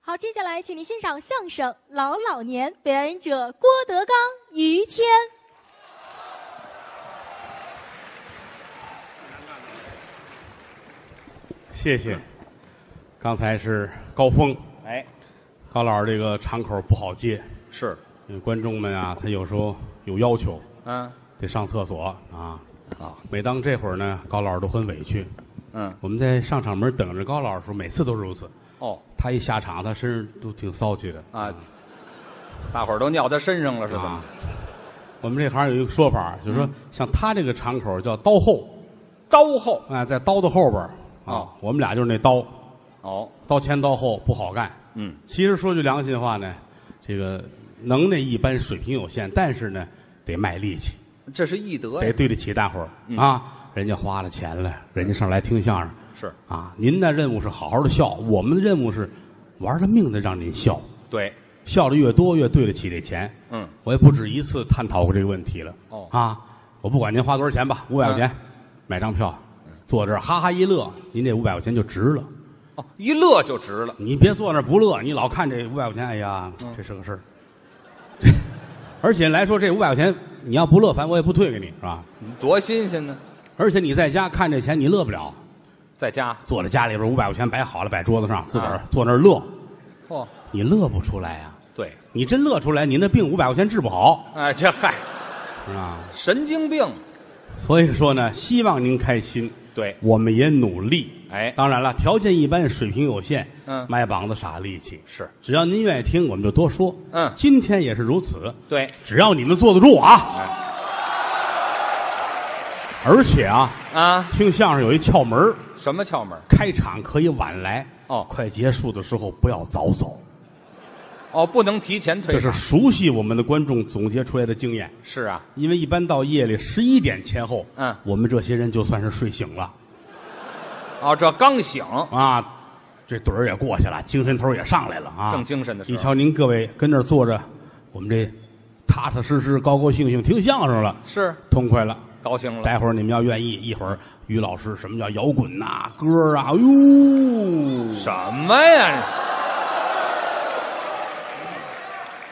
好，接下来请您欣赏相声《老老年》，表演者郭德纲、于谦。谢谢。刚才是高峰，哎，高老师这个场口不好接，是，因为观众们啊，他有时候有要求，嗯，得上厕所啊。好，每当这会儿呢，高老师都很委屈。嗯，我们在上场门等着高老师的时候，每次都如此。哦，他一下场，他身上都挺骚气的啊，大伙儿都尿他身上了是啊吧？。嗯我们这行有一个说法，就是说像他这个场口叫刀后，刀后，啊，在刀的后边儿哦啊，我们俩就是那刀，哦，刀前刀后不好干。嗯，其实说句良心话呢，这个能耐一般，水平有限，但是呢，得卖力气，这是义德得呀，对得起大伙儿、啊。人家花了钱了，人家上来听相声是啊。您的任务是好好的笑，我们的任务是玩了命的让您笑，对，笑的越多越对得起这钱。嗯，我也不止一次探讨过这个问题了。哦啊，我不管您花多少钱吧，五百块钱、买张票，坐这儿哈哈一乐，您这五百块钱就值了。哦，一乐就值了，你别坐那儿不乐，你老看这五百块钱，哎呀，嗯这是个事儿。 而且来说，这五百块钱你要不乐，反正我也不退给你，是吧？多新鲜呢，而且你在家看这钱，你乐不了，在家，坐在家里边五百块钱摆好了，摆桌子上，自个儿啊坐那儿乐，哦，你乐不出来呀、对，你真乐出来，您的病五百块钱治不好，哎，这嗨，是吧？神经病，所以说呢，希望您开心，对，我们也努力。哎，当然了，条件一般，水平有限，嗯卖膀子傻力气。是，只要您愿意听，我们就多说。嗯今天也是如此。对，只要你们坐得住啊！哎而且啊，啊，听相声有一窍门儿什么窍门儿？开场可以晚来哦快结束的时候不要早走，哦，不能提前退这场，是熟悉我们的观众总结出来的经验。是啊，因为一般到夜里十一点前后，嗯我们这些人就算是睡醒了哦，这刚醒，啊，这盹儿也过去了，精神头儿也上来了啊，正精神的时你候，瞧，您各位跟那儿坐着，我们这踏踏实实、高高兴兴听相声了，是痛快了。高兴了，待会儿你们要愿意，一会儿于老师什么叫摇滚呐、歌啊，哎呦，什么呀？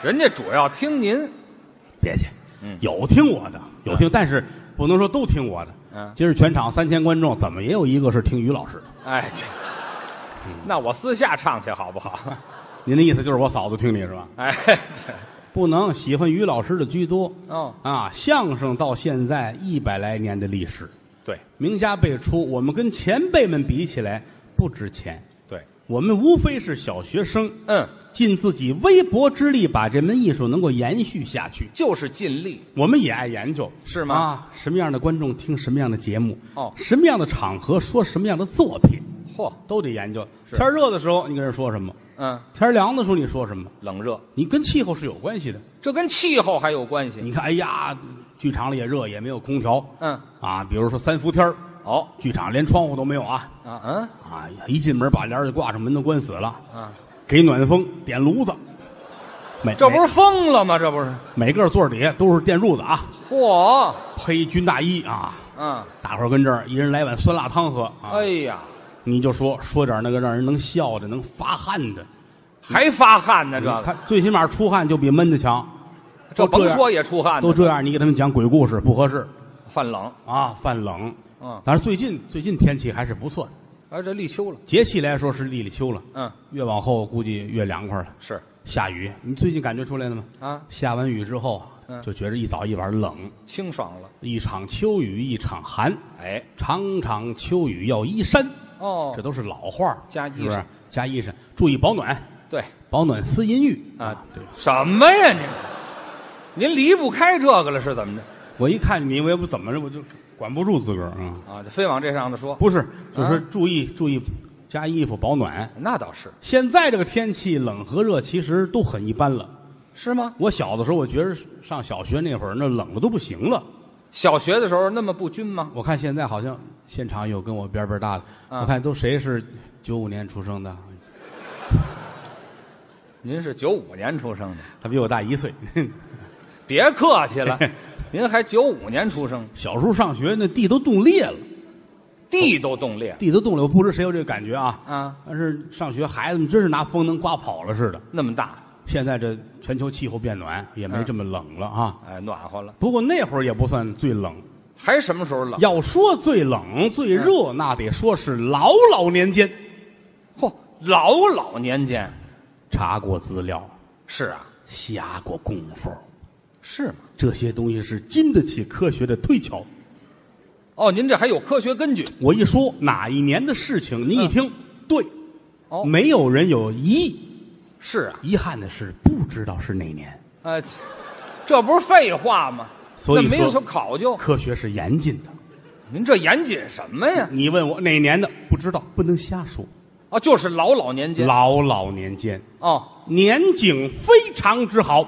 人家主要听您，别去，嗯有听我的，有听，但是不能说都听我的。嗯今儿全场三千观众，怎么也有一个是听于老师的。哎，这，那我私下唱去好不好？您的意思就是我嫂子听你是吧？哎，这，不能，喜欢于老师的居多。哦，啊，相声到现在一百来年的历史，对名家辈出，我们跟前辈们比起来不值钱。对，我们无非是小学生，嗯，尽自己微薄之力把这门艺术能够延续下去。就是尽力，我们也爱研究，是吗啊，什么样的观众听什么样的节目，哦什么样的场合说什么样的作品，嚯，都得研究。是天儿热的时候你跟人说什么，嗯，天儿凉的时候你说什么，冷热，你跟气候是有关系的。这跟气候还有关系。你看，哎呀，剧场里也热，也没有空调，嗯，啊，比如说三伏天儿哦，剧场连窗户都没有啊，啊，嗯，啊，一进门把帘儿就挂上，门都关死了，啊，给暖风，点炉子，每这不是疯了吗？这不是，每每个座底下都是电褥子啊，嚯，披军大衣啊，嗯，大伙儿跟这儿一人来碗酸辣汤喝啊，哎呀，你就说说点那个让人能笑的、能发汗的，还发汗呢，这嗯他个，最起码出汗就比闷的强，这都这甭样说也出汗呢，都这样，你给他们讲鬼故事不合适犯冷，啊，犯冷。嗯，但是最近最近天气还是不错的，而这立秋了，节气来说是立立秋了，嗯，越往后估计越凉快了。是下雨，你最近感觉出来了吗？啊，下完雨之后，嗯就觉着一早一晚冷，清爽了，一场秋雨一场寒，哎，场场秋雨要衣衫，哦这，都是老话儿加是不衣是裳？加衣裳，注意保暖，对保暖思淫欲啊对，什么呀您？您离不开这个了是怎么着？我一看你，我也不怎么着，我就管不住自个儿啊。啊，就非往这上头说，不是，就是说啊注意注意，加衣服保暖。那倒是，现在这个天气冷和热其实都很一般了。是吗？我小的时候，我觉着上小学那会儿，那冷的都不行了。小学的时候那么不均吗？我看现在好像现场有跟我边儿边儿大的，啊我看都谁是九五年出生的，您是九五年出生的，他比我大一岁。别 客气了，您还九五年出生，小时候上学那地都冻裂了，地都冻裂地都冻了，我不知谁有这个感觉啊。啊，但是上学孩子们真是拿风能刮跑了似的。那么大，现在这全球气候变暖，也没嗯这么冷了啊。哎，暖和了。不过那会儿也不算最冷，还什么时候冷？要说最冷最热，嗯那得说是老老年间。嚯，老老年间查过资料，是啊，下过功夫，是吗？这些东西是经得起科学的推敲。哦，您这还有科学根据我一说哪一年的事情，您一听，对，嗯哦没有人有疑义。是啊，遗憾的是，不知道是哪年。呃，这这不是废话吗？所以那没有说说考究，科学是严谨的，您这严谨什么呀？你问我哪年的，不知道，不能瞎说。哦，就是老老年间老老年间，哦年景非常之好，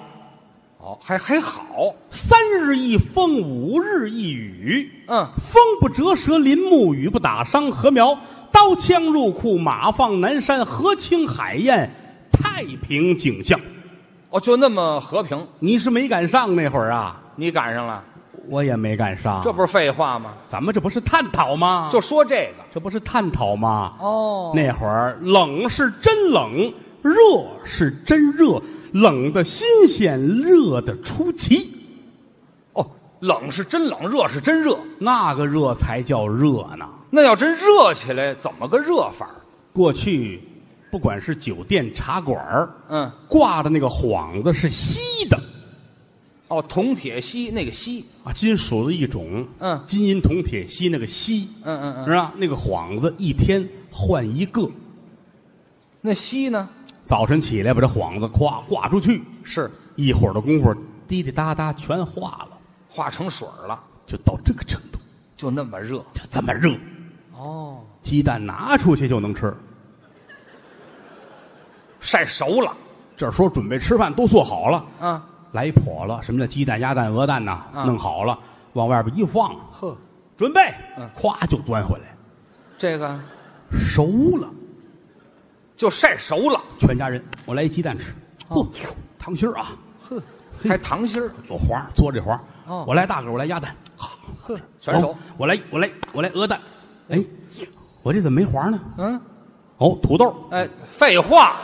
哦，还还好，三日一风，五日一雨。嗯，风不折舌，林木；雨不打伤禾苗。刀枪入库，马放南山。河清海晏，太平景象。哦，就那么和平，你是没赶上那会儿啊？你赶上了，我也没赶上。这不是废话吗？咱们这不是探讨吗？就说这个这不是探讨吗？哦那会儿冷是真冷，热是真热，冷的新鲜，热的出奇。哦，冷是真冷，热是真热。那个热才叫热呢。那要真热起来，怎么个热法儿？过去，不管是酒店、茶馆儿，嗯，挂的那个幌子是锡的哦，铜铁锡那个锡，啊，金属的一种，嗯金银铜铁锡那个锡，嗯嗯嗯，是吧？那个幌子一天换一个，那锡呢？早晨起来把这幌子咵挂出去，是一会儿的功夫滴滴答答全化了，化成水儿了，就到这个程度，就那么热。就这么热，哦，鸡蛋拿出去就能吃。晒熟了这时候准备吃饭都做好了，啊，来破了，什么叫鸡蛋、鸭蛋、鹅蛋呐、啊弄好了，往外边一放，呵，准备嗯，咵就钻回来，这个熟了。就晒熟了。全家人，我来一鸡蛋吃。哦哦，糖心儿啊，呵，还糖心儿，有黄儿，嘬这黄儿。哦我来大个儿，我来鸭蛋，呵，全熟哦。我来，我来，我来鹅蛋。哎，我这怎么没黄呢？嗯，哦，土豆哎，废话，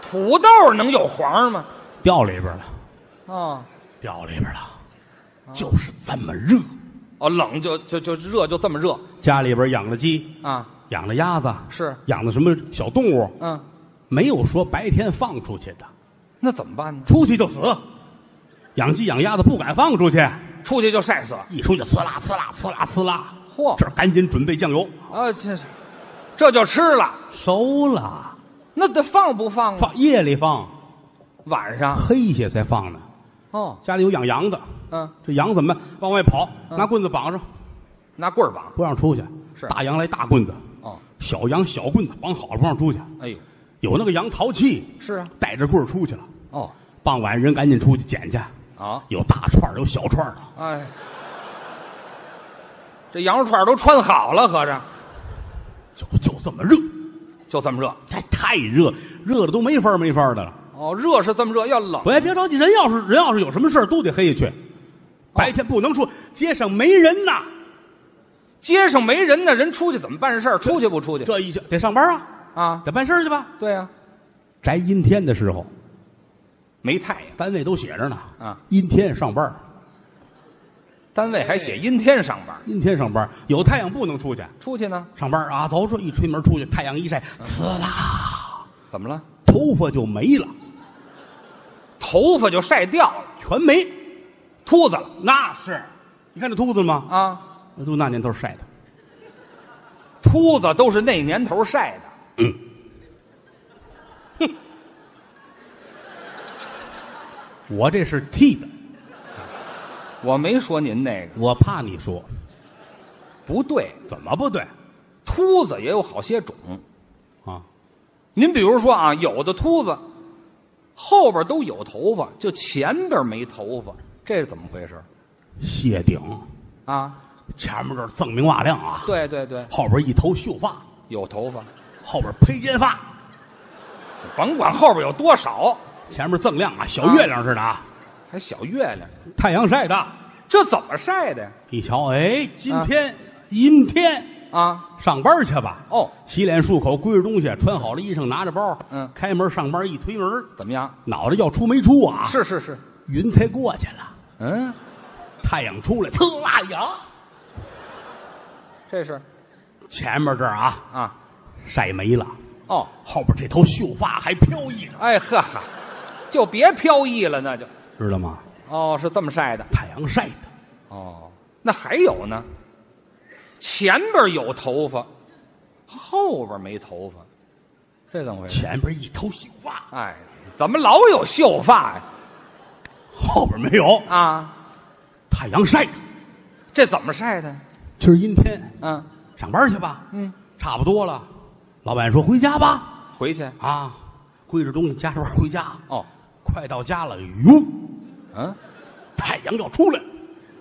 土豆能有黄儿吗？掉里边了，哦掉里边了，就是这么热。哦，冷就就就热就这么热家里边养了鸡，啊？养了鸭子，是养的什么小动物，嗯，没有说白天放出去的，那怎么办呢？出去就死。养鸡养鸭子不敢放出去，出去就晒死。一出去呲啦呲啦呲啦呲啦，嚯这儿赶紧准备酱油，啊，这这就吃了，熟了。那得放不放啊？放夜里放，晚上黑些才放呢。哦，家里有养羊的，嗯，这羊怎么办？往外跑，嗯拿棍子绑上，拿棍儿绑不让出去。是大羊来大棍子，哦，小羊小棍子绑好了不让出去。哎呦，有那个羊淘气，是啊，带着棍儿出去了。哦，傍晚人赶紧出去捡去，啊，有大串儿有小串儿的，哎，这羊肉串儿都穿好了，合着就就这么热，就这么热。太太热，热的都没法儿没法儿的了。哦，热是这么热，要冷喂，别着急，人要是人要是有什么事儿都得黑下哦去，白天不能出，街上没人呐。街上没人呢，人出去怎么办事儿？出去不出去？这一去得上班啊，啊，得办事儿去吧。对呀、啊宅阴天的时候，没太阳，单位都写着呢啊，阴天上班儿，单位还写阴天上班，阴天上班儿，有太阳不能出去出去呢？上班儿啊。走说一吹门出去，太阳一晒，呲啦，怎么了？头发就没了，头发就晒掉了，全没。秃子了那是，你看这秃子吗？啊！都那年头晒的，秃子都是那年头晒的，我这是剃的，我没说您那个我怕你说不对，怎么不对秃子也有好些种。啊？您比如说啊，有的秃子后边都有头发，就前边没头发，这是怎么回事谢顶，啊？前面这儿锃明瓦亮啊，对对对，后边一头秀发，有头发，后边披肩发，甭管后边有多少，前面锃亮啊，小月亮似的啊，还小月亮，太阳晒的。这怎么晒的呀？一瞧，哎，今天阴天，啊、啊，上班去吧。哦，洗脸漱口，归置东西，穿好了衣裳，拿着包，嗯开门上班，一推门，怎么样？脑袋要出没出啊？是是是，云彩过去了，嗯，太阳出来，呲啦呀！这是前面这儿啊啊，晒没了，哦，后边这头秀发还飘逸着，哎呵哈，就别飘逸了，那就知道吗？哦，是这么晒的太阳晒的，哦。那还有呢，前边有头发，后边没头发，这怎么回事？前边一头秀发，哎，怎么老有秀发呀？后边没有，啊，太阳晒的。这怎么晒的？今儿阴天，嗯上班去吧，嗯，差不多了。老板说回家吧，回去啊，归置东西，夹着包回家。哦，快到家了，哟，嗯，太阳要出来了，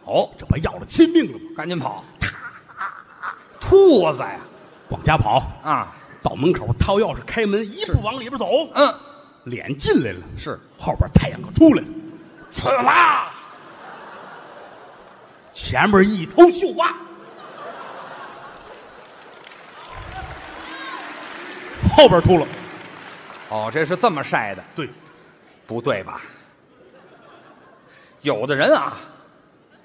哦，这不要了亲命了吗？赶紧跑，兔子呀，往家跑，啊，到门口掏钥匙开门，一步往里边走，嗯，脸进来了，是后边太阳可出来了，刺啦！前面一头绣花，后边秃了。哦，这是这么晒的，对，不对吧？有的人啊，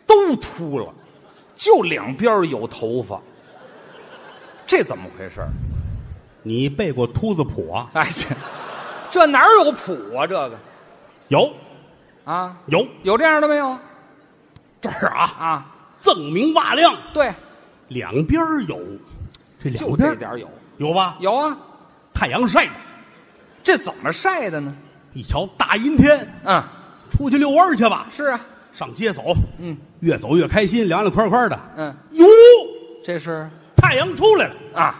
都秃了，就两边有头发，这怎么回事儿？你背过秃子谱啊？哎，这这哪儿有谱啊？这个有啊，有，有这样的没有这儿啊，啊？锃明瓦亮，对，两边儿有，这两就边这儿点儿有，有吧？有啊，太阳晒的，这怎么晒的呢？一瞧大阴天，嗯，出去遛弯儿去吧，是啊，上街走，嗯越走越开心，凉凉快快的。嗯，哟，这是太阳出来了，啊，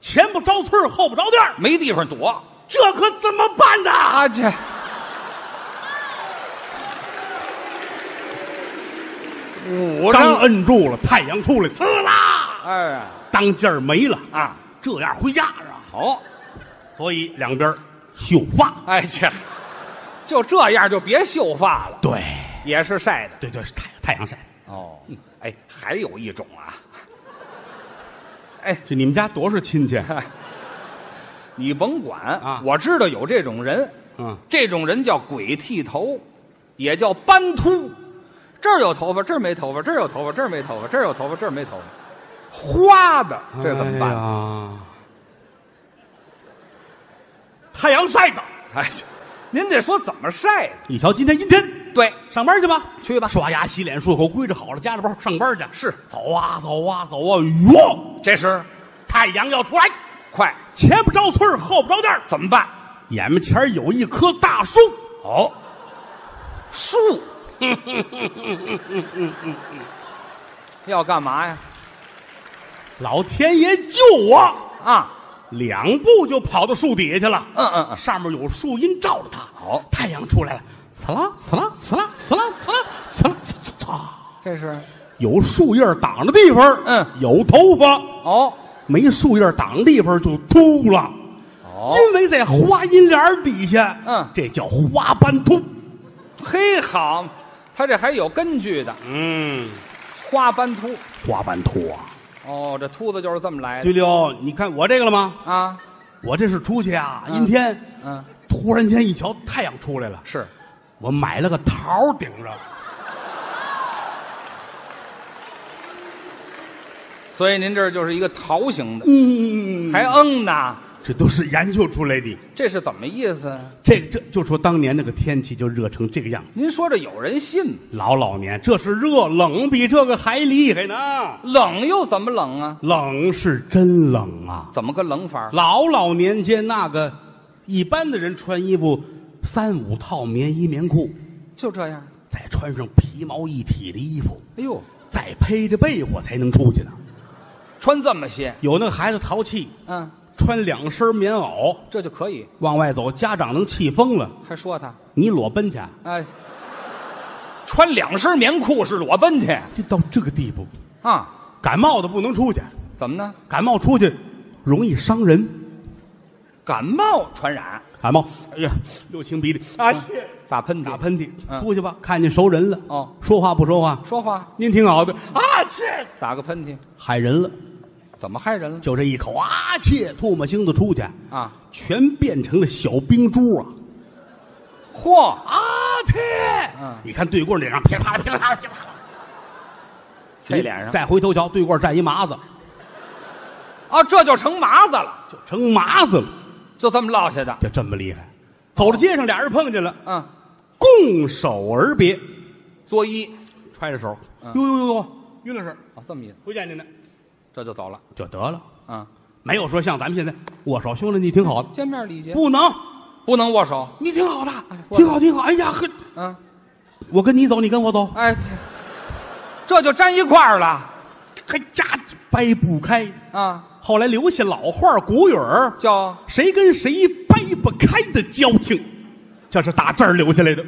前不着村儿后不着店儿没地方躲这可怎么办呐？啊这。捂刚着，摁住了，太阳出来，呲啦，哎呀当劲儿没了，啊，这样回家是吧？好，所以两边儿秀发，哎这，就这样就别秀发了，对也是晒的。对对，是太太阳晒。哦，哎，还有一种啊，哎，这你们家多少亲戚？你甭管啊我知道有这种人，嗯，这种人叫鬼剃头，也叫斑秃。这儿有头发，这儿没头发，这儿有头发，这儿没头发，这儿有头发，这儿没头发，花的，这怎么哎办？办？太阳晒的，哎呀，您得说怎么晒的。你瞧今天阴天，对，上班去吧，去吧刷牙、洗脸、漱口，归置好了，夹着包上班去。是走啊，走啊，走啊！哟，这是太阳要出来，快，前不着村儿后不着店儿怎么办？眼门前儿有一棵大树，哦，树， 要干嘛呀？老天爷救我！啊，两步就跑到树底下去了。嗯嗯哦嗯上面有树荫照着他。好太阳出来了，刺啦刺啦刺啦刺啦刺啦刺啦刺刺刺！这是有树叶挡的地方，嗯有头发；哦没树叶挡的地方就秃了，哦，因为在花阴帘儿底下，嗯这叫花斑秃。嘿好，他这还有根据的，嗯，花斑秃。花斑秃啊，哦，这秃子就是这么来的对了，你看我这个了吗？啊。我这是出去啊，阴天，嗯，突然间一瞧太阳出来了，是我买了个桃儿顶着，所以您这儿就是一个桃形的，嗯，还嗯呢，这都是研究出来的。这是怎么意思？这这就说当年那个天气就热成这个样子，您说这有人信吗？老老年这是热，冷比这个还厉害呢。冷又怎么冷啊？冷是真冷啊！怎么个冷法？老老年间那个一般的人穿衣服三五套棉衣棉裤，就这样。再穿上皮毛一体的衣服，哎呦，再披着被窝才能出去呢。穿这么些，有那个孩子淘气，嗯，穿两身棉袄这就可以。往外走，家长能气疯了。还说他，你裸奔去，哎，穿两身棉裤是裸奔去就到这个地步，啊？感冒的不能出去，怎么呢？感冒出去容易伤人。感冒传染，感冒，哎呀，六清鼻涕，啊，切打喷嚏，打喷嚏，嗯出去吧，看见熟人了，哦说话不说话？说话，您挺好的，啊，切，打个喷嚏，害人了，怎么害人了？就这一口啊切唾沫星子出去，啊，全变成了小冰珠啊嚯，啊切！嗯你看对棍脸上噼啪噼啪噼啪，在脸上再回头瞧，对棍站一麻子，啊，这就成麻子了，就成麻子了，就这么落下的。就这么厉害。走到街上，俩人碰见了，嗯，拱手而别，作揖揣着手，嗯呦呦呦呦，于老师，啊，这么意思，不见您呢，这就走了。就得了。啊，没有说像咱们现在握手，兄弟你挺好的，见面礼节不能，不能握手。你挺好的，我挺好挺好。哎呀呵，嗯，我跟你走，你跟我走，哎，这这就粘一块儿了还呀掰不开。啊，后来留下老话儿古语儿，叫谁跟谁掰不开的交情，这是打这儿留下来的，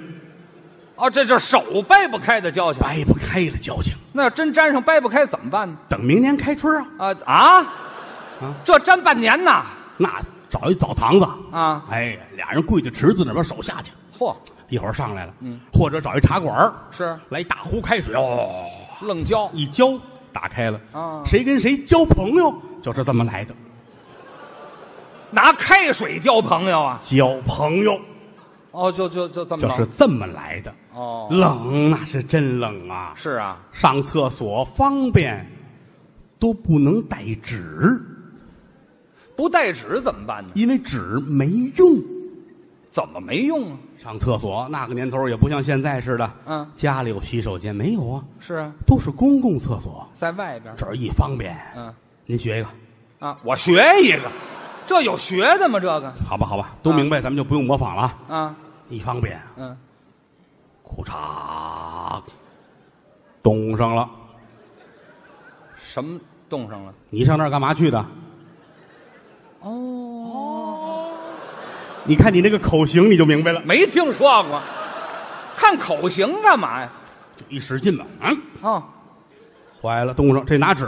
哦，这就是手掰不开的交情。掰不开的交情。那要真粘上掰不开怎么办呢？等明年开春啊，啊啊啊，这粘半年呐那找一澡堂子，啊！哎，俩人跪在池子那边手下去，嚯，一会儿上来了，嗯，或者找一茶馆儿是啊来一大壶开水，哦，愣交一浇打开了，啊谁跟谁交朋友就是这么来的，拿开水交朋友啊！交朋友哦，就就就这么就着是这么来的。哦，冷那是真冷啊，是啊，上厕所方便都不能带纸，不带纸怎么办呢？因为纸没用。怎么没用啊？上厕所那个年头也不像现在似的，嗯家里有洗手间没有啊？是啊，都是公共厕所，在外边儿。这儿一方便。嗯您学一个，啊，我学一个，这有学的吗？这个好吧，好吧，都啊明白，咱们就不用模仿了啊。啊，一方便，嗯，裤衩冻上了。什么冻上了？你上那儿干嘛去的？哦，你看你那个口型，你就明白了。没听说过，看口型干嘛呀？就一使劲吧，嗯，哦，坏了，冻上。这拿纸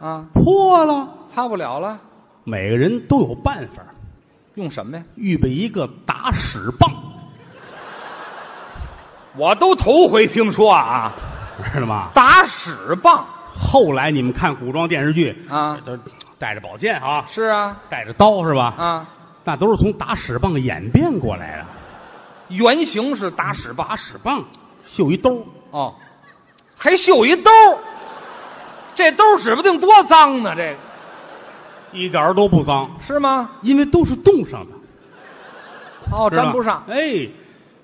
啊，破了。擦不了了，每个人都有办法，用什么呀？预备一个打屎棒， 我都头回听说啊，知道吗？打屎棒后来你们看古装电视剧，啊，都带着宝剑啊，是啊带着刀是吧？啊，那都是从打屎棒演变过来的。原型是打屎棒打屎棒绣一兜，哦，还绣一兜儿，这兜儿指不定多脏呢，这个一点儿都不脏，是吗？因为都是冻上的。哦，知道沾吗不上，哎，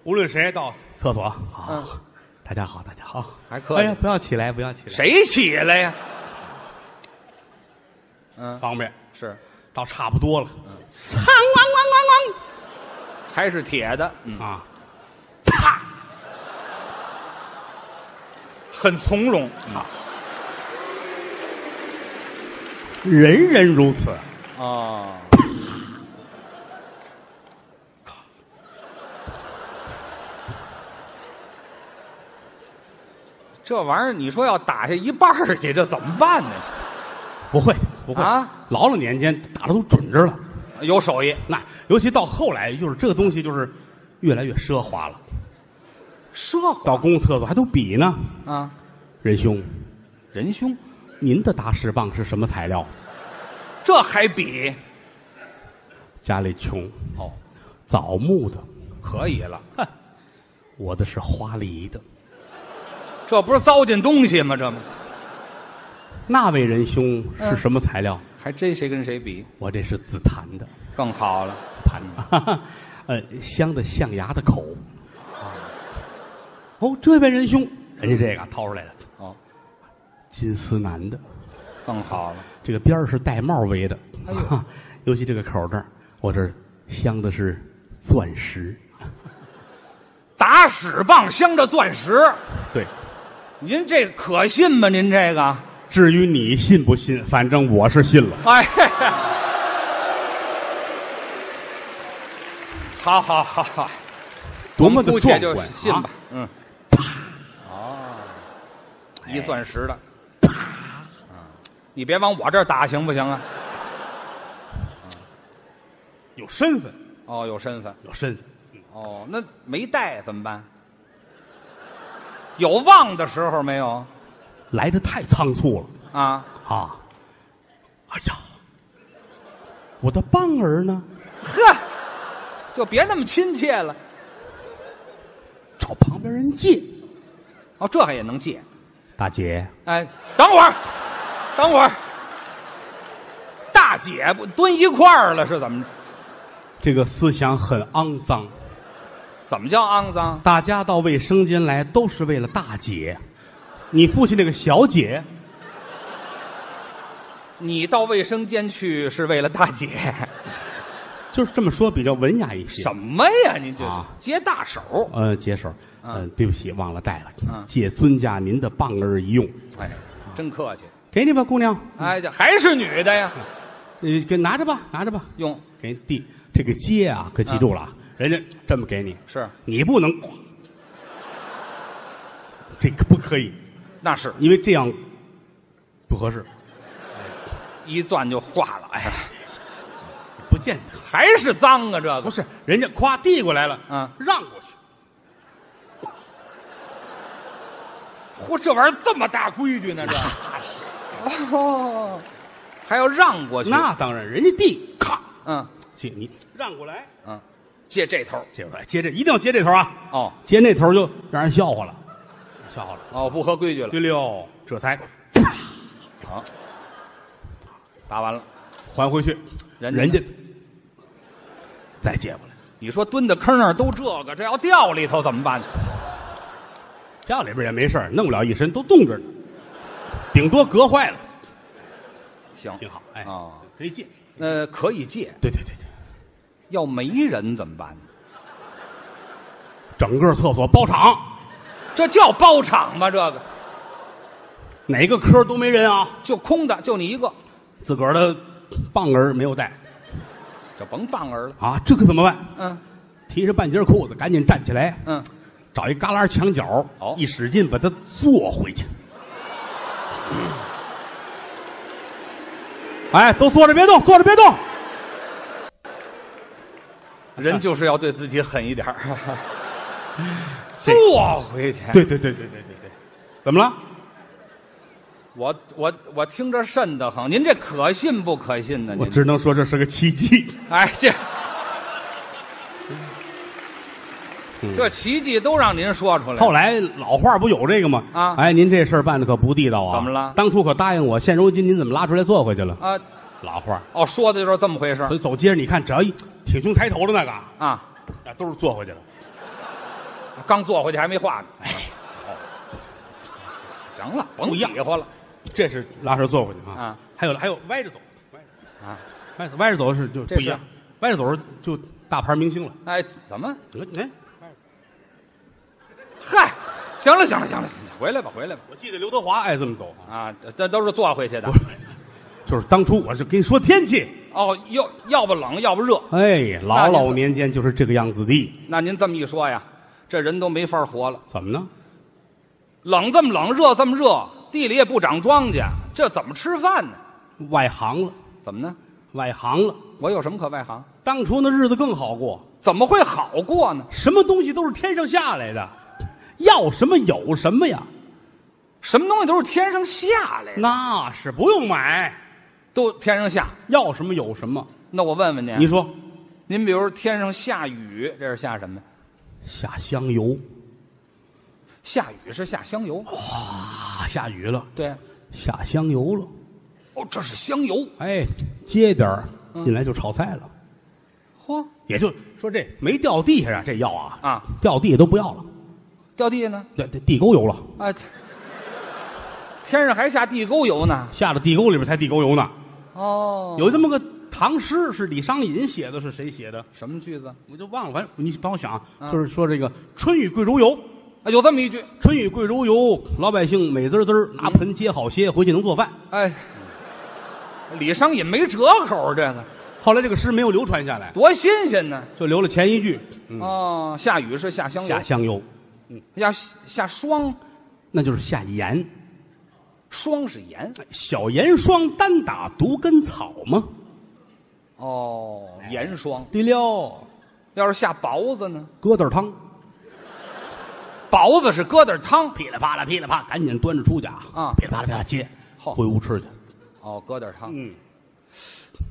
无论谁到厕所，好、嗯哦大家好，大家好，还客气哎呀，不要起来，不要起来，谁起来呀？嗯，方便？是，到差不多了，苍还是铁的，嗯，啷啷啷啷啊，啪很从容啊。人人如此。啊哦，这玩意儿，你说要打下一半儿去，这怎么办呢？不会，不会啊！老老年间打的都准着了，有手艺，那尤其到后来，就是这个东西就是越来越奢华了。奢到公共厕所还都比呢，啊，仁兄，仁兄，您的打屎棒是什么材料？这还比家里穷，哦，枣木的，可以了， 我的是花梨的。这不是糟践东西吗？这不那位仁兄是什么材料？还真谁跟谁比我这是紫檀的，更好了。紫檀 的，呃，镶的象牙的口。哦，这位仁兄，人家这个掏出来了，哦，金丝楠的，更好了。这个边儿是带帽围的，哎 尤其这个口这儿，我这儿镶的是钻石。打屎棒镶着钻石，对，您这可信吗？您这个， 至于你信不信，反正我是信了。哎， 好好好好，多么的姑且壮就观信吧啊！，嗯，哦，一钻石的，嗯你别往我这儿打行不行啊？有身份，哦，有身份，有身份。哦，那没带怎么办？有忘的时候没有来的太仓促了啊？啊！哎我的棒儿呢？呵，就别那么亲切了。找旁边人借。哦，这还也能借？大姐，哎，等会儿，等会儿，大姐不蹲一块儿了是怎么着？这个思想很肮脏，怎么叫肮脏？大家到卫生间来都是为了大姐，你父亲那个小姐，你到卫生间去是为了大姐？就是这么说比较文雅一些。什么呀？你这是啊接大手？呃，解手，嗯、对不起，忘了带了，嗯借尊驾您的棒儿一用，哎，真客气。给你吧，姑娘，哎，这还是女的呀？你给拿着吧，拿着吧，用给你递。这个接啊，可记住了，啊，人家这么给你，是你不能，哐这个不可以，那是因为这样不合适，一攥就化了。哎呀，不见得。还是脏啊！这个不是，人家夸递过来了，嗯让过去，嚯，这玩意儿这么大规矩 呢？这哦，还要让过去？那当然，人家递，咔，嗯接你让过来，嗯，借这头接过来，接这一定要接这头啊，哦接那头就让人笑话了，笑话了。哦，不合规矩了。对溜，这才好，打完了。还回去，人家呢人家再接过来，你说蹲在坑那儿都这个，这要掉里头怎么办？家里边也没事儿弄不了一身，都冻着呢，顶多隔坏了，行，挺好，哎，哦，可以借，那可以借，对对对对，要没人怎么办？整个厕所包场，这叫包场吗？这个哪个科都没人啊，就空的，就你一个，自个儿的棒儿没有带就甭棒儿了。啊，这可怎么办？嗯提着半截裤子，赶紧站起来，嗯，找一旮旯墙角，哦一使劲把它坐回去。嗯哎，都坐着别动，坐着别动。 人就是要对自己狠一 点儿，坐回去。对对对对对对对，怎么了？我我我听着瘆得慌，您这可信不可信呢？我您只能说这是个奇迹。哎这嗯这奇迹都让您说出来了。后来老话不有这个吗？啊哎，您这事儿办的可不地道啊！怎么了当初可答应我，现如今您怎么拉出来坐回去了？啊老话儿，哦，说的就是这么回事儿所以走街上你看，只要一挺胸抬头的那个，啊，啊。都是坐回去了。刚坐回去还没化呢。哎，好，行了，甭不一样比划了。这是拉车坐回去啊。啊还有还有歪着走，啊，歪着歪着走是就这不一是样，歪着走是就大牌明星了。哎，怎么？哎，嗨，行了，行了，行了，行了，回来吧，回来吧。我记得刘德华爱这么走啊。啊，这这都是坐回去的不。是，就是当初我就跟你说天气，哦，要要不冷，要不热。哎，老那您老怎年间就是这个样子的。那您这么一说呀，这人都没法活了。怎么呢？冷这么冷，热这么热，地里也不长庄稼，这怎么吃饭呢？外行了，怎么呢？外行了。我有什么可外行？当初那日子更好过，怎么会好过呢？什么东西都是天上下来的，要什么有什么呀，什么东西都是天上下来的，那是不用买，都天上下。要什么有什么。那我问问您，啊你说您比如天上下雨，这是下什么呀？下香油下雨是下香油，啊，下雨了，对，下香油了。哦，这是香油，哎，接点儿进来就炒菜了，嚯，也就说这没掉地下啊，这药啊啊掉地下都不要了，掉地下呢，那地地沟油了，啊，天上还下地沟油呢，下到地沟里边才地沟油呢。哦，有这么个唐诗是李商隐写的，是谁写的？什么句子我就忘了，反正你帮我想啊，啊就是说这个“春雨贵如油，啊？有这么一句，春雨贵如油”，老百姓美滋滋儿拿盆接好些，回去能做饭。哎，李商隐没折口，这个后来这个诗没有流传下来，多新鲜呢，就留了前一句嗯哦，下雨是下“香下油，香油要下霜，”，那就是下盐。霜是盐，小盐霜单打独根草嘛，哦，哎盐霜，对了，要是下雹子呢？疙瘩汤。雹子是疙瘩汤，噼里啪啦噼里啪，啦，赶紧端着出去啊！啊噼里啪啦噼里啪啦接，好回屋吃去。哦，疙瘩汤，嗯，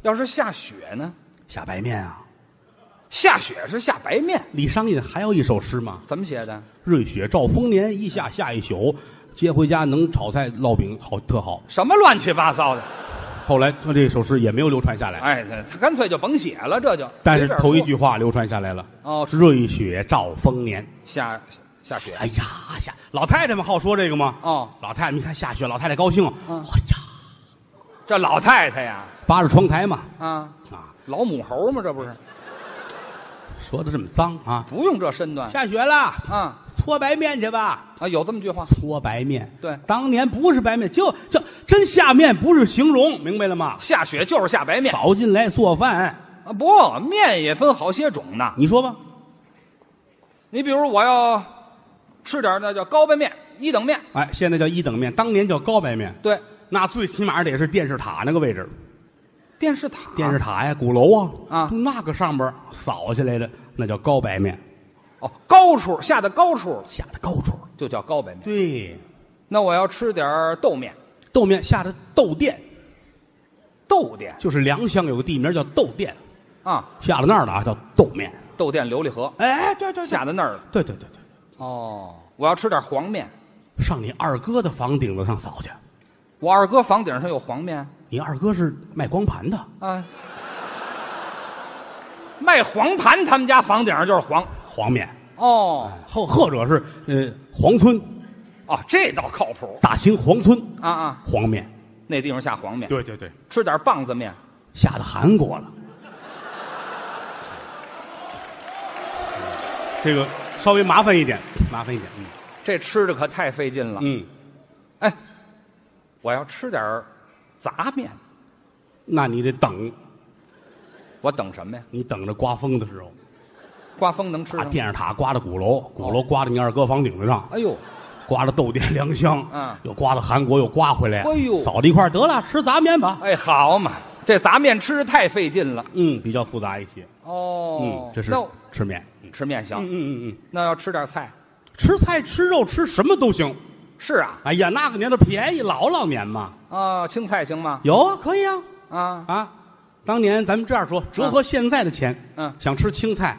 要是下雪呢？下白面啊。下雪是下白面，李商隐还有一首诗嘛，怎么写的？瑞雪兆丰年，一下下一宿，接回家能炒菜烙饼好特好。什么乱七八糟的？后来他这首诗也没有流传下来，哎，他他干脆就甭写了，这就。但是随便说头一句话流传下来了：哦，是瑞雪兆丰年。下下雪哎呀，下老太太们好说这个吗？哦，嗯老太太们一看下雪，老太太高兴，哎呀，这老太太呀，扒着窗台嘛，啊，啊，老母猴嘛，这不是说的这么脏啊，不用这身段下雪了，啊搓白面去吧，啊，有这么句话，搓白面。对当年不是白面，就这真下面不是形容，明白了吗？下雪就是下白面扫进来做饭，啊，不，面也分好些种呢。你说吧，你比如我要吃点那叫高白面、一等面，哎，现在叫一等面，当年叫高白面，对，那最起码得是电视塔那个位置，电视塔，电视塔呀，鼓楼啊，啊从那个上边扫下来的，那叫高白面，哦，高处下的高处下的高处。就叫高白面。对，那我要吃点豆面，豆面下的豆店，豆店就是良乡有个地名叫豆店，啊，下了那儿了啊，叫豆面。豆店琉璃河哎，对对对，下到那儿了。对对对对，哦，我要吃点黄面，上你二哥的房顶子上扫去。我二哥房顶上有黄面你二哥是卖光盘的，啊。卖黄盘，他们家房顶上就是黄。黄面；哦，后或者是呃黄村，哦，这倒靠谱大兴黄村啊啊！黄面。那地方下黄面，对对对，吃点棒子面，下到韩国了。这个稍微麻烦一点，麻烦一点。嗯这吃着可太费劲了。嗯，哎，我要吃点儿杂面，那你得等，我等什么呀？你等着刮风的时候，刮风能吃把上？啊电视塔刮到鼓楼，鼓楼刮到你二哥房顶子上，哎呦，刮到豆店良乡，嗯又刮到韩国，又刮回来，哎呦扫到一块儿得了，吃杂面吧。哎，好嘛，这杂面吃着太费劲了。嗯，比较复杂一些。哦嗯，，这是那我吃面。嗯吃面行，嗯嗯嗯，那要吃点菜。吃菜吃肉吃什么都行。是啊，哎呀，那个年头便宜，老老年嘛，啊，青菜行吗？有啊，可以啊啊，啊。当年咱们这样说，折合现在的钱，嗯想吃青菜，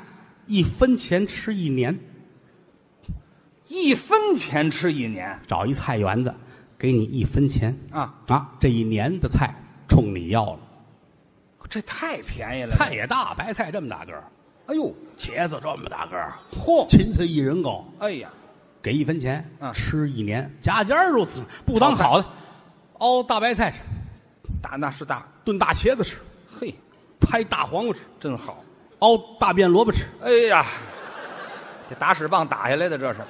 一分钱吃一年，一分钱吃一年找一菜园子，给你一分钱啊，啊，这一年的菜冲你要了。这太便宜了。菜，也大，白菜这么大个儿，哎呦，茄子这么大个儿，嚯，芹菜一人高，哎呀，给一分钱，嗯吃一年，家家如此，不当好的，熬大白菜吃，大那是大，炖大茄子吃，嘿，拍大黄瓜吃，真好。熬大便萝卜吃。哎呀，这打屎棒打下来的这是。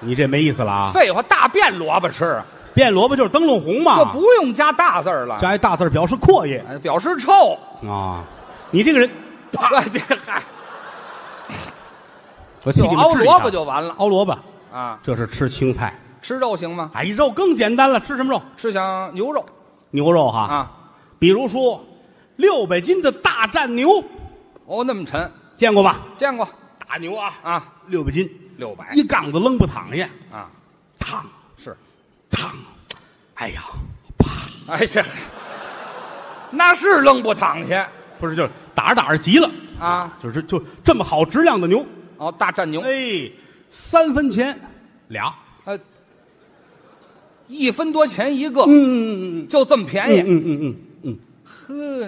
你这没意思了啊！废话，大便萝卜吃，啊变萝卜就是灯笼红嘛，就不用加大字儿了，啊加一大字儿表示阔爷哎表示臭。啊！你这个人，哎 这嗨，我替就你们熬治一萝下卜就完了熬萝卜，啊。这是吃青菜。吃肉行吗？哎，肉更简单了，吃什么肉？吃想牛肉牛肉哈，啊？比如说六百斤的大战牛，哦，那么沉，见过吧？见过大牛啊，啊？六百斤，六百一杠子扔不躺下，啊，烫是。烫，哎呀，哎这， 那是扔不躺下不是，就是打着打着急了，啊？就是就这么好质量的牛，哦，大战牛，哎，三分钱俩，呃，一分多钱一个，嗯嗯就这么便嗯宜。嗯嗯嗯嗯，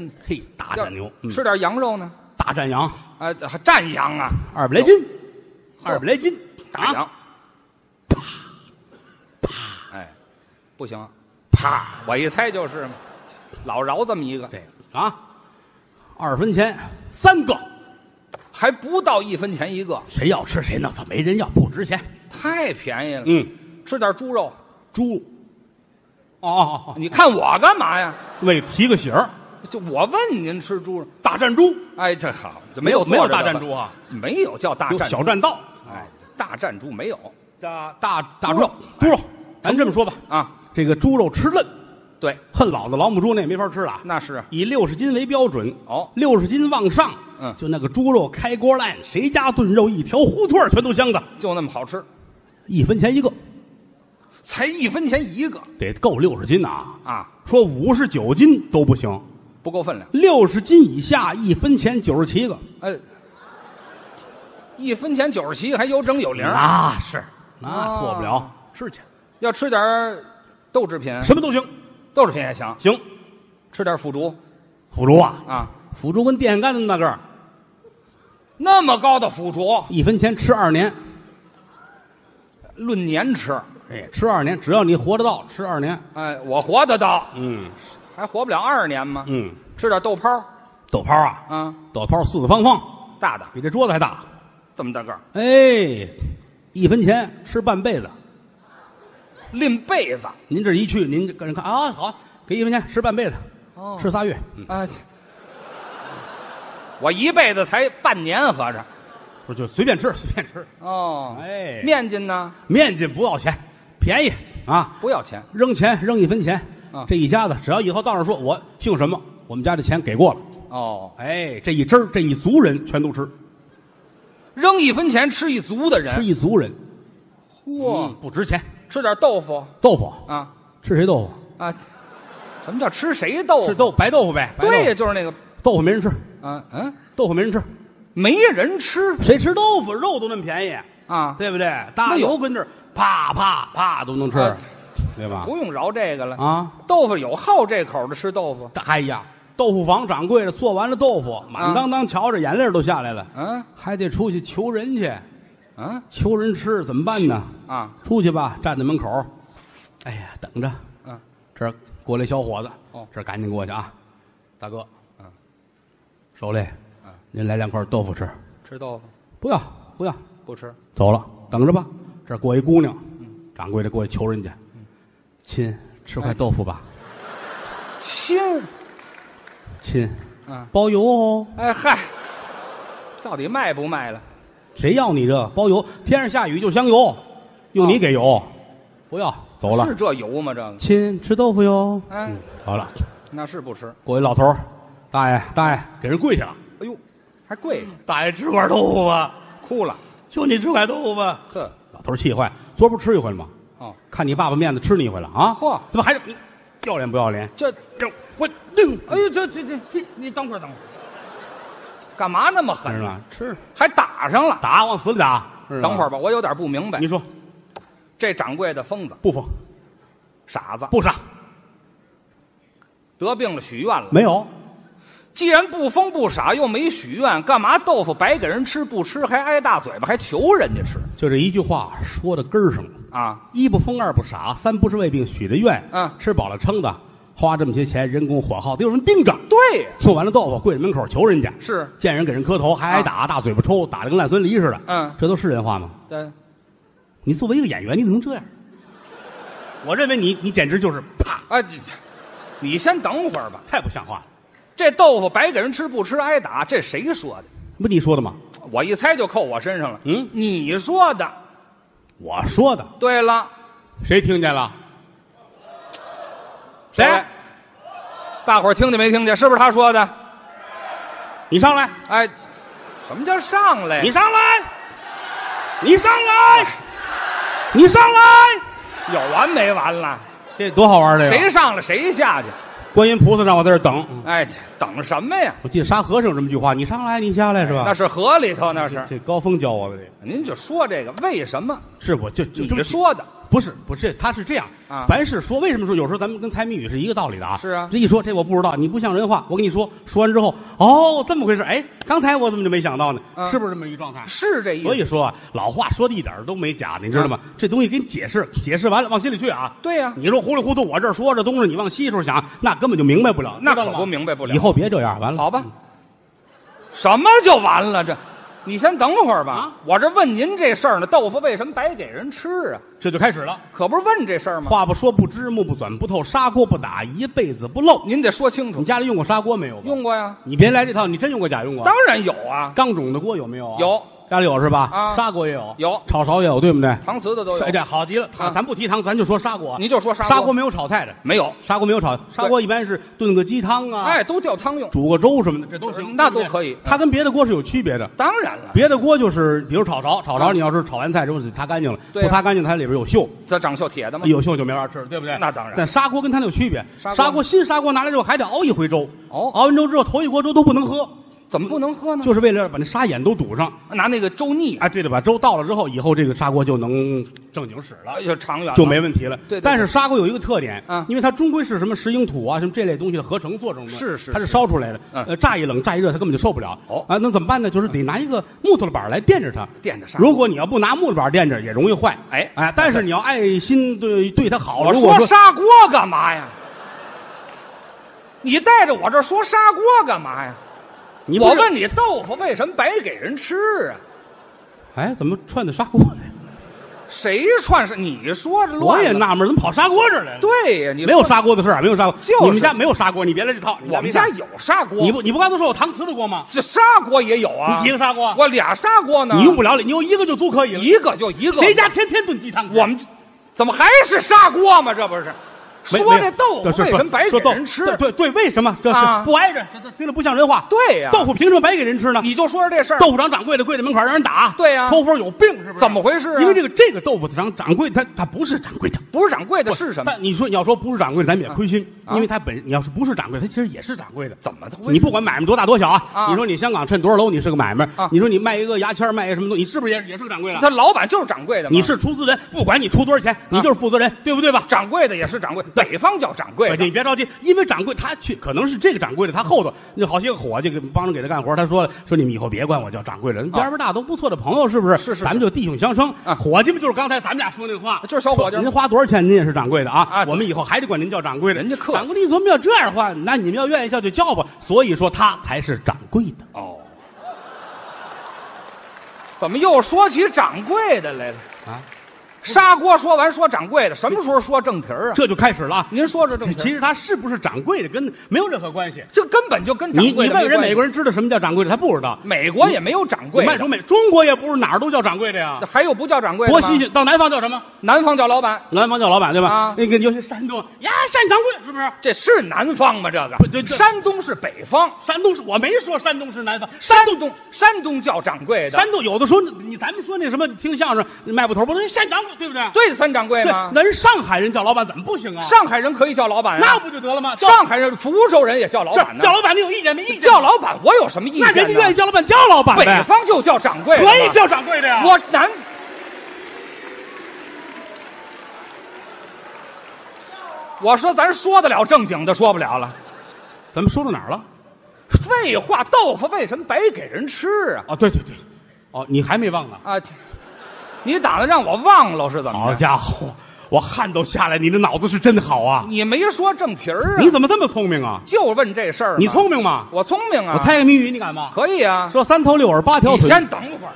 呵，嘿，大要战牛，嗯吃点羊肉呢？大战羊，啊，这还战羊啊，二百来斤，二百来斤，打羊啊，，哎，不行，啪，我一猜就是嘛，老饶这么一个，这个啊，二分钱三个，还不到一分钱一个，谁要吃谁弄，怎么没人要，不值钱。太便宜了。嗯，吃点猪肉，猪，哦哦哦，你看我干嘛呀？为提个醒儿，就我问您吃猪肉，大战猪哎，这好，这没有没有坐着的大战猪啊，没有叫大有战小猪，战道，哎，大战猪没有大大大猪猪肉猪肉，咱这么说吧，啊？这个猪肉吃嫩，对，恨老子老母猪那也没法吃了啊。那是以六十斤为标准，哦六十斤往上，嗯就那个猪肉开锅烂，谁家炖肉一条胡同儿全都香的，就那么好吃，一分钱一个，才一分钱一个得够六十斤呐、啊！啊，说五十九斤都不行，不够分量。六十斤以下一分钱九十七个哎，一分钱九十七，还有整有零。啊那是那哦错不了，是去要吃点儿豆制品，什么都行，豆制品也行，行。吃点腐竹腐竹啊，啊，腐竹跟电线杆子那么大个儿，那么高的腐竹，一分钱吃二年，论年吃，哎，吃二年，只要你活得到，吃二年。哎，我活得到，嗯还活不了二十年吗？嗯，吃点豆泡儿豆泡啊，啊，豆泡四四方方，大的比这桌子还大。这么大个儿，哎，一分钱吃半辈子。拎被子您这一去，您这个人看啊，好，给一分钱吃半辈子，哦吃仨月。嗯，啊，我一辈子才半年，合着说就随便吃，随便吃。哦，哎面筋呢面筋不要钱，便宜啊，不要钱，扔钱扔一分钱啊。这一家子只要以后到那儿说我姓什么，我们家这钱给过了。哦，哎，这一支儿这一族人全都吃，扔一分钱吃一族的吃人，一族人，嚯、嗯不值钱。吃点豆腐豆腐啊吃谁豆腐？啊，什么叫吃谁豆腐？吃豆白豆腐呗。白对豆呀，腐，就是那个，豆腐没人吃，嗯嗯，豆腐没人吃，没人吃谁吃豆腐？肉都那么便宜，啊，对不对？大有油跟这儿啪啪啪都能吃啊，对吧？不用饶这个了。啊，豆腐有好这口的吃豆腐，大哎呀，豆腐房掌柜的做完了豆腐，啊满当当瞧着，眼泪都下来了，嗯还得出去求人去，嗯求人吃怎么办呢？啊，出去吧，站在门口，哎呀，等着，嗯，这儿过来小伙子，哦这儿赶紧过去啊，大哥，嗯，手里，嗯，您来两块豆腐吃，吃豆腐不要不要，不吃，走了，等着吧，这儿过一姑娘，掌柜的过去求人去，亲，吃块豆腐吧，亲，亲，嗯，包邮哦。哎嗨，到底卖不卖了？谁要你这包邮？天上下雨就香油，用你给油，不要走了是。这油吗？这个，亲，吃豆腐哟。哎，好了，那是不吃。过一老头儿，大爷，大爷，给人跪下了。哎呦，还跪下，大爷，吃块豆腐吧，哭了。就你吃块豆腐吧。呵，老头儿气坏，昨儿不吃一回了吗？哦，看你爸爸面子，吃你一回了啊？嚯怎么还是嗯要脸不要脸？这，这我定，哎呦，这这这这，你等会儿等会儿，干嘛那么狠知道？吗？吃还打上了。打往死里打。知道吗等会儿吧，我有点不明白啊你。说这掌柜的疯子、不疯傻子，不傻得病了许愿了。没有？既然不疯不傻又没许愿，干嘛豆腐白给人吃不吃，还挨大嘴巴，还求人家吃就这一句话说到根儿上了。啊？一不疯，二不傻，三不是胃病，许着愿，嗯吃饱了撑的，花这么些钱，人工火耗得有人盯着。对呀，做完了豆腐，跪在门口求人家，是见人给人磕头，还挨打，大嘴巴抽，打得跟烂孙梨似的。嗯这都是人话吗？对，你作为一个演员，你怎么能这样？我认为你，你简直就是啪，哎，这这你先等会儿吧。太不像话了。这豆腐白给人吃不吃挨打，这谁说的？不，你说的吗？我一猜就扣我身上了。嗯你说的。我说的，对了，谁听见了？谁？来，大伙儿听见没听见？是不是他说的？你上来，哎，什么叫上来？你上来，你上来，你上来，有完没完了？这多好玩的呀！谁上来谁下去？观音菩萨让我在这儿等。哎，这等什么呀？我记得沙和尚有这么句话：“你上来，你下来，哎是吧？”那是河里头，那是。这高峰教我的，这您就说这个为什么？是我就就这你么说的不是不是，他是这样。啊凡是说，为什么说有时候咱们跟猜谜语是一个道理的啊？是啊这一说这我不知道，你不像人话。我跟你说，说完之后，哦，这么回事？哎，刚才我怎么就没想到呢？嗯是不是这么一状态？是这意思。所以说啊，老话说的一点儿都没假，你知道吗？这东西给你解释，解释完了往心里去啊。对呀、你说糊里糊涂，我这儿说这东西，你往西处想，那根本就明白不了，那知道可吗不明白不了以后别这样，完了。嗯好吧，什么就完了？这，你先等会儿吧。啊我这问您这事儿呢，豆腐为什么白给人吃啊？这就开始了。可不是问这事儿吗？话不说不知，目不转不透，砂锅不打一辈子不漏。您得说清楚你。家里用过砂锅没有？用。过呀，你别来这套，你真用过假用过？当然有啊，钢种的锅有没有啊？有。家里有是吧？啊砂锅也有，有炒勺也有，对不对？搪瓷的都有哎，。这好极了，汤啊咱不提汤，咱就说砂锅。啊你就说砂锅砂锅没有炒菜的，没有？砂锅没有炒，砂锅一般是炖个鸡汤啊，哎，都叫汤用，煮个粥什么的，这都行，那对不对都可以它跟别的锅是有区别的。当然了，别的锅就是，比如炒勺，炒勺啊你要是炒完菜之后得擦干净了，对啊不擦干净它里边有锈，这长锈铁的嘛。有锈就没法吃了，对不对？那当然但砂锅跟它那有区别，砂锅砂锅新砂锅拿来之后还得熬一回粥，哦熬完粥之后头一锅粥都不能喝，怎么不能喝呢？就是为了把那砂眼都堵上。拿那个粥腻，啊哎，对了，把粥倒了之后，以后这个砂锅就能正经使了。哎呦，长远了就没问题了。对对对但是砂锅有一个特点，啊因为它终归是什么石英土啊，什么这类东西的合成做成的，是是它是烧出来的。嗯呃，乍一冷乍一热，它根本就受不了。哦啊，那怎么办呢？就是得拿一个木头板来垫着它。垫着砂锅如果你要不拿木头板垫着，也容易坏。哎哎，但是你要爱心对对它好。我如果哦说砂锅干嘛呀？你带着我这说砂锅干嘛呀？你不我是，问你，豆腐为什么白给人吃啊？哎，怎么串到砂锅来？谁串是？你说这我乱也了？纳闷，怎么跑砂锅这儿来了？，对呀，你没有说，砂锅的事儿，啊没有砂锅。就是你们家没有砂锅，你别来这套。你我们家没砂有砂锅，锅，你不你不刚才说有搪瓷的锅吗？这砂锅也有啊？你几个砂锅啊我俩砂锅呢。你用不了，你用一个就足可以了。一个就一个，谁家天天炖鸡汤？我们怎么还是砂锅嘛？这不是没说没这有豆这腐是为说什么白给说豆人吃？对对对，为什么这啊是不挨着？这这听着不像人话。对呀豆腐凭什么白给人吃呢？你就说说这事儿，豆腐厂掌柜的跪在门口让人打，对呀抽风有病是不是？怎么回事啊因为这个这个豆腐厂掌柜他他不是掌柜的。不是掌柜的是什么？但你说你要说不是掌柜，咱们也亏心，啊因为他本你要是不是掌柜，他其实也是掌柜的。怎么他会你不管买卖多大多小啊啊，你说你香港趁多少楼，你是个买卖啊；你说你卖一个牙签儿卖一个什么东西，你是不是也也是个掌柜的？他老板就是掌柜的嘛，你是出资人，不管你出多少钱，你就是负责人，对不对吧？掌柜的也是掌柜，北方叫掌柜哎你的，别着急，因为掌柜他去可能是这个掌柜的，他后头那好些个伙计给帮着给他干活，他说了说你们以后别管我叫掌柜了，边边大都不错的朋友是不是？是是咱们就弟兄相称。啊伙计们就是刚才咱们俩说那话，就是小伙计说您花多少钱您也是掌柜的啊，啊我们以后还得管您叫掌柜的。人家客气掌柜的一琢磨要这样的话，那你们要愿意叫就叫吧。所以说他才是掌柜的。哦，怎么又说起掌柜的来了啊？砂锅说完说掌柜的，什么时候说正题儿啊？这就开始了啊。您说说正其题儿，实他是不是掌柜的跟没有任何关系。这根本就跟掌你柜你的问人没美国关系，人知道什么叫掌柜的，他不知道。美国也没有掌你柜卖什么的，美？中国也不是哪儿都叫掌柜的呀。还有不叫掌柜的多吗新！鲜！到南方叫什么？南方叫老板，南方叫老板对吧？啊那个尤其山东呀，山掌柜是不是？这是南方吗？这个不这这山东是北方，山东是我没说山东是南方，山山东山东叫掌柜的，山东有的时候你咱们说那什么听相声卖布头不是山掌柜对不对？对三掌柜对吗，？那人上海人叫老板怎么不行啊？上海人可以叫老板那啊，不就得了吗？叫上海人、福州人也叫老是板呢，叫老板你有意见没意见？叫老板，我有什么意见那呢？人家愿意叫老板叫老板北呗，方就叫掌柜的吧，可以叫掌柜的呀。我南。我说咱说得了正经的，说不了了。咱们说到哪儿了？废话，豆腐为什么白给人吃啊？哦，对对对，哦，你还没忘呢。啊，你打算让我忘了是怎么好着？家伙，我汗都下来，你的脑子是真好啊！你没说正题儿啊？你怎么这么聪明啊？就问这事儿呢？你聪明吗？我聪明啊！我猜个谜语，你敢吗？可以啊。说三头六耳八条你腿，先等会儿，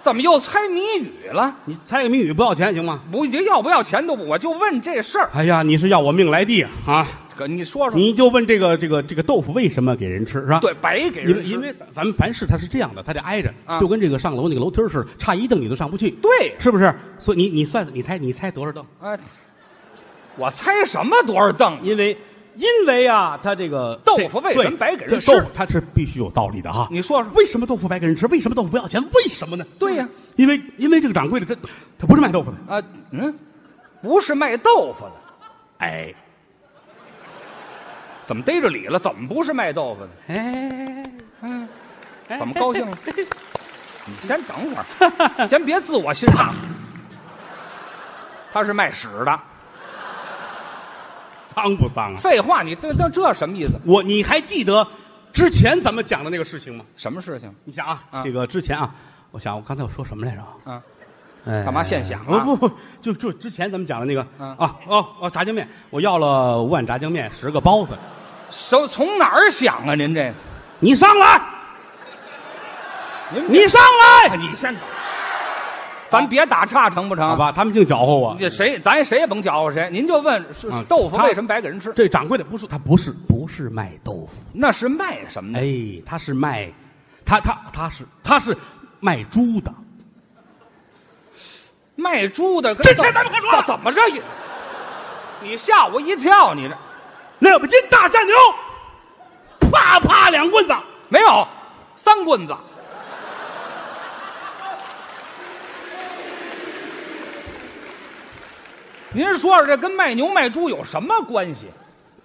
怎么又猜谜语了？你猜个谜语不要钱行吗？不，这要不要钱都不，我就问这事儿。哎呀，你是要我命来地啊啊！可你说说，你就问这个这个这个豆腐为什么给人吃是吧？对，白给人因为吃因为咱咱们凡事它是这样的，它得挨着，啊就跟这个上楼那个楼梯儿似的，差一凳你都上不去，对，是不是？所以你你算你猜你猜多少凳？哎，我猜什么多少凳？因为因为啊，它这个豆这腐为什么对白给人这吃豆腐它是必须有道理的哈。你说说，为什么豆腐白给人吃？为什么豆腐不要钱？为什么呢？对呀因为因为这个掌柜的他他不是卖豆腐的，啊，嗯，不是卖豆腐的，哎怎么逮着理了？怎么不是卖豆腐的？哎，嗯，哎怎么 高兴了？你先等会儿，先别自我欣赏。他是卖屎的，脏不脏啊？废话，你这这这什么意思？我你还记得之前咱们讲的那个事情吗？什么事情？你想啊，啊这个之前啊，我想我刚才我说什么来着啊？啊，哎干嘛现想啊不不，就就之前咱们讲的那个嗯啊哦哦炸酱面，我要了五碗炸酱面，十个包子，手从哪儿想啊？您这个，你上来，您啊你上来，你先等，咱别打岔成不成？啊好吧？他们净搅和我。这谁咱谁也甭搅和谁，您就问是啊豆腐他为什么白给人吃？这掌柜的不是他不是不是卖豆腐，嗯哎那是卖什么的？哎，他是卖，他他他是他是卖猪的，卖猪的跟这钱咱们可说了怎么着也，你吓我一跳，你这两斤大酱牛，啪啪两棍子，没有三棍子，您说说这跟卖牛卖猪有什么关系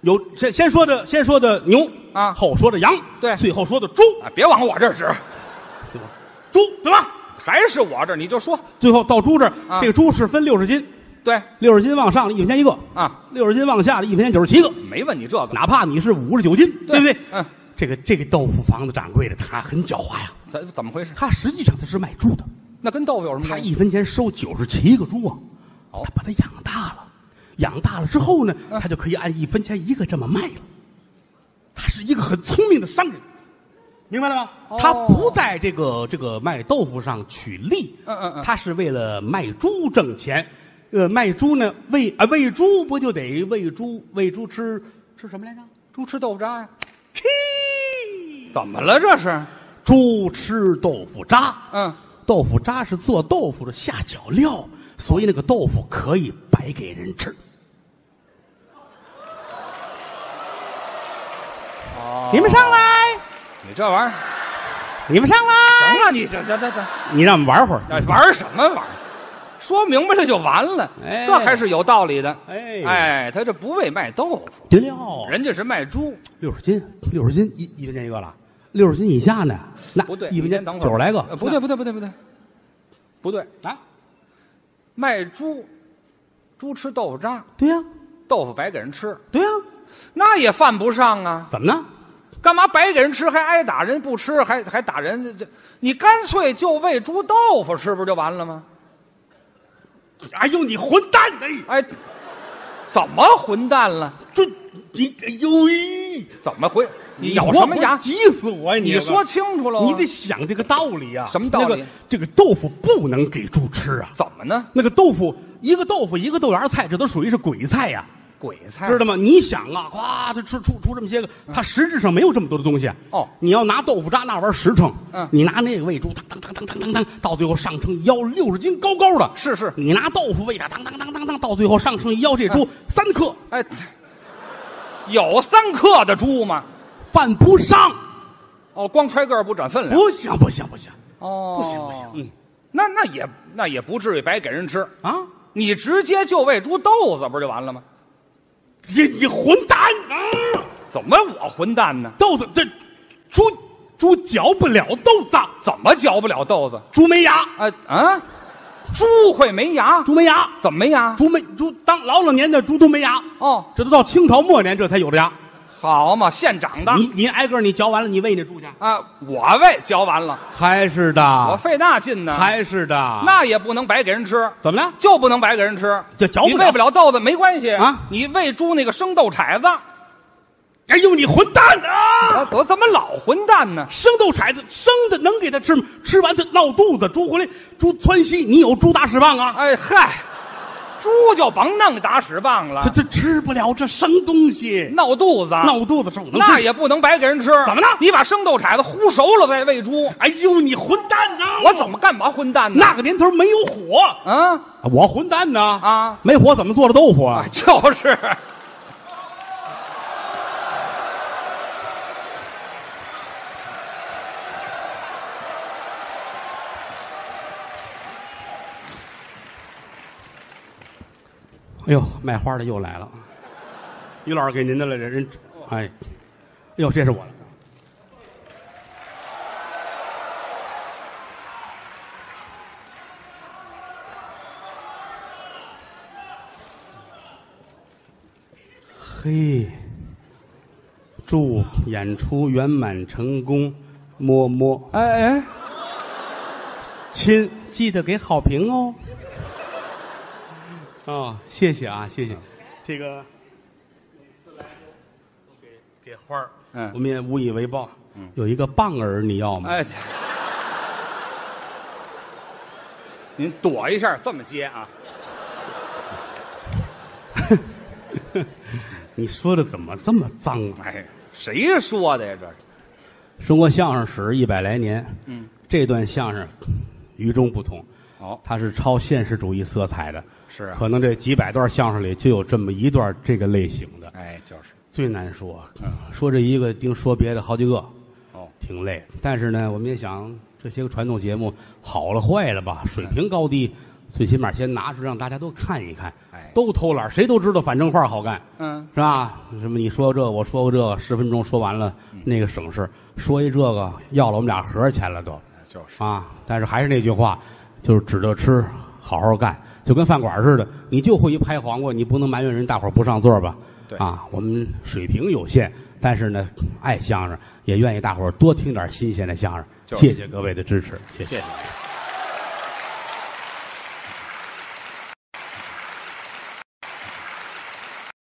有先先说的先说的牛啊后说的羊，对最后说的猪，啊？别往我这儿指，最后猪对吧？还是我这儿，你就说最后到猪这儿，啊这个猪是分六十斤，对六十斤往上的一分钱一个，啊，六十斤往下的一分钱九十七个，没问你这个，哪怕你是五十九斤，对不对？嗯，这个这个豆腐房子掌柜的他很狡猾呀，怎怎么回事？他实际上他是卖猪的，那跟豆腐有什么他关系？一分钱收九十七个猪啊，哦他把它养大了，养大了之后呢，嗯他就可以按一分钱一个这么卖了。他是一个很聪明的商人，明白了吗？哦他不在这个这个卖豆腐上取利，嗯嗯嗯他是为了卖猪挣钱。呃，卖猪呢，喂啊喂猪不就得喂猪喂猪吃吃什么来着？猪吃豆腐渣呀、吃怎么了这是？猪吃豆腐渣。嗯，豆腐渣是做豆腐的下脚料，所以那个豆腐可以白给人吃。哦你们上来，你这玩意儿你们上来，行了，你这这这这你让我们玩会这儿。玩什么玩意儿？说明白了就完了，哎这还是有道理的。哎哎，他这不为卖豆腐，对了，人家是卖猪，六十斤，六十斤一一分钱一个了，六十斤以下呢？那不对，一分你钱先等会儿九十来个呃，不对不对不对不对，不对，啊？卖猪，猪吃豆腐渣，对呀，豆腐白给人吃，对呀，那也犯不上啊。怎么呢？干嘛白给人吃还挨打？人不吃还还打人？这这，你干脆就喂猪豆腐吃不就完了吗？哎呦，你混蛋！哎，哎，怎么混蛋了？这你哎呦喂，怎么回？你咬活什么活牙？急死我呀！你这个说清楚了，你得想这个道理呀、什么道理那个这个豆腐不能给猪吃啊！怎么呢？那个豆腐，一个豆腐，一个豆芽菜，这都属于是鬼菜呀、鬼菜知道吗？你想啊，哗，它出出出这么些个，它实质上没有这么多的东西。哦你要拿豆腐渣那玩意儿实诚，嗯你拿那个喂猪，当当当当当当当，到最后上称一腰六十斤高高的，是是你拿豆腐喂它，当当当当当，到最后上称一腰这猪三克哎，有三克的猪吗？犯不上，哦，光揣个儿不转分量。不行不行不行哦，不行不行，嗯那那也那也不至于白给人吃，啊，你直接就喂猪豆子不就完了吗？你你混蛋啊！怎么我混蛋呢？豆子这猪猪嚼不了豆子，啊怎么嚼不了豆子？猪没牙，啊啊！猪会没牙？猪没牙，怎么没牙？猪没猪当老老年的猪都没牙，哦，这都到清朝末年这才有的牙。好嘛，现长的你你挨个你嚼完了，你喂那猪去？啊！我喂嚼完了，还是我的，费那劲呢，还是的。那也不能白给人吃，怎么了？就不能白给人吃。这嚼不你了喂不了豆子没关系啊你喂猪那个生豆铲子，哎呦，你混蛋啊！我我怎么老混蛋呢？生豆铲子生的能给它吃吗？吃完它闹肚子，猪回来猪窜稀，你有猪打屎棒啊？哎嗨，猪就甭弄打屎棒了它，它吃不了这生东西，闹肚子，闹肚子这我能啊那吃？也不能白给人吃。怎么了你把生豆铲子烀熟了再喂猪，哎呦，你混蛋啊呐、我怎么干嘛混蛋呢？那个年头没有火？啊我混蛋呢？啊没火怎么做的豆腐啊啊，？就是。哎呦，卖花的又来了，于老师给您的来着，人，哎，哎呦，这是我的。嘿，祝演出圆满成功，么么哎哎，亲，记得给好评哦。哦，谢谢啊，谢谢。这个给给花儿，嗯我们也无以为报。有一个棒儿，你要吗？哎， 您躲一下，这么接啊？你说的怎么这么脏啊？哎，谁说的呀？这是中国相声史一百来年，嗯，这段相声与众不同，哦，它是超现实主义色彩的。是啊可能这几百段相声里就有这么一段这个类型的，哎，就是，最难说。嗯说这一个，盯说别的好几个，哦，挺累。但是呢，我们也想这些个传统节目好了坏了吧，水平高低，最起码先拿出让大家都看一看。哎都偷懒，谁都知道反正话好干，嗯，是吧？什么你说这，我说过这，十分钟说完了，那个省事。说一这个要了我们俩盒钱了都哎就是，啊！但是还是那句话，就是指着吃，好好干，就跟饭馆似的，你就会一拍黄瓜，你不能埋怨人大伙儿不上座吧？对啊，我们水平有限，但是呢，爱相声，也愿意大伙儿多听点新鲜的相声。就是谢谢各位的支持，谢谢。谢谢。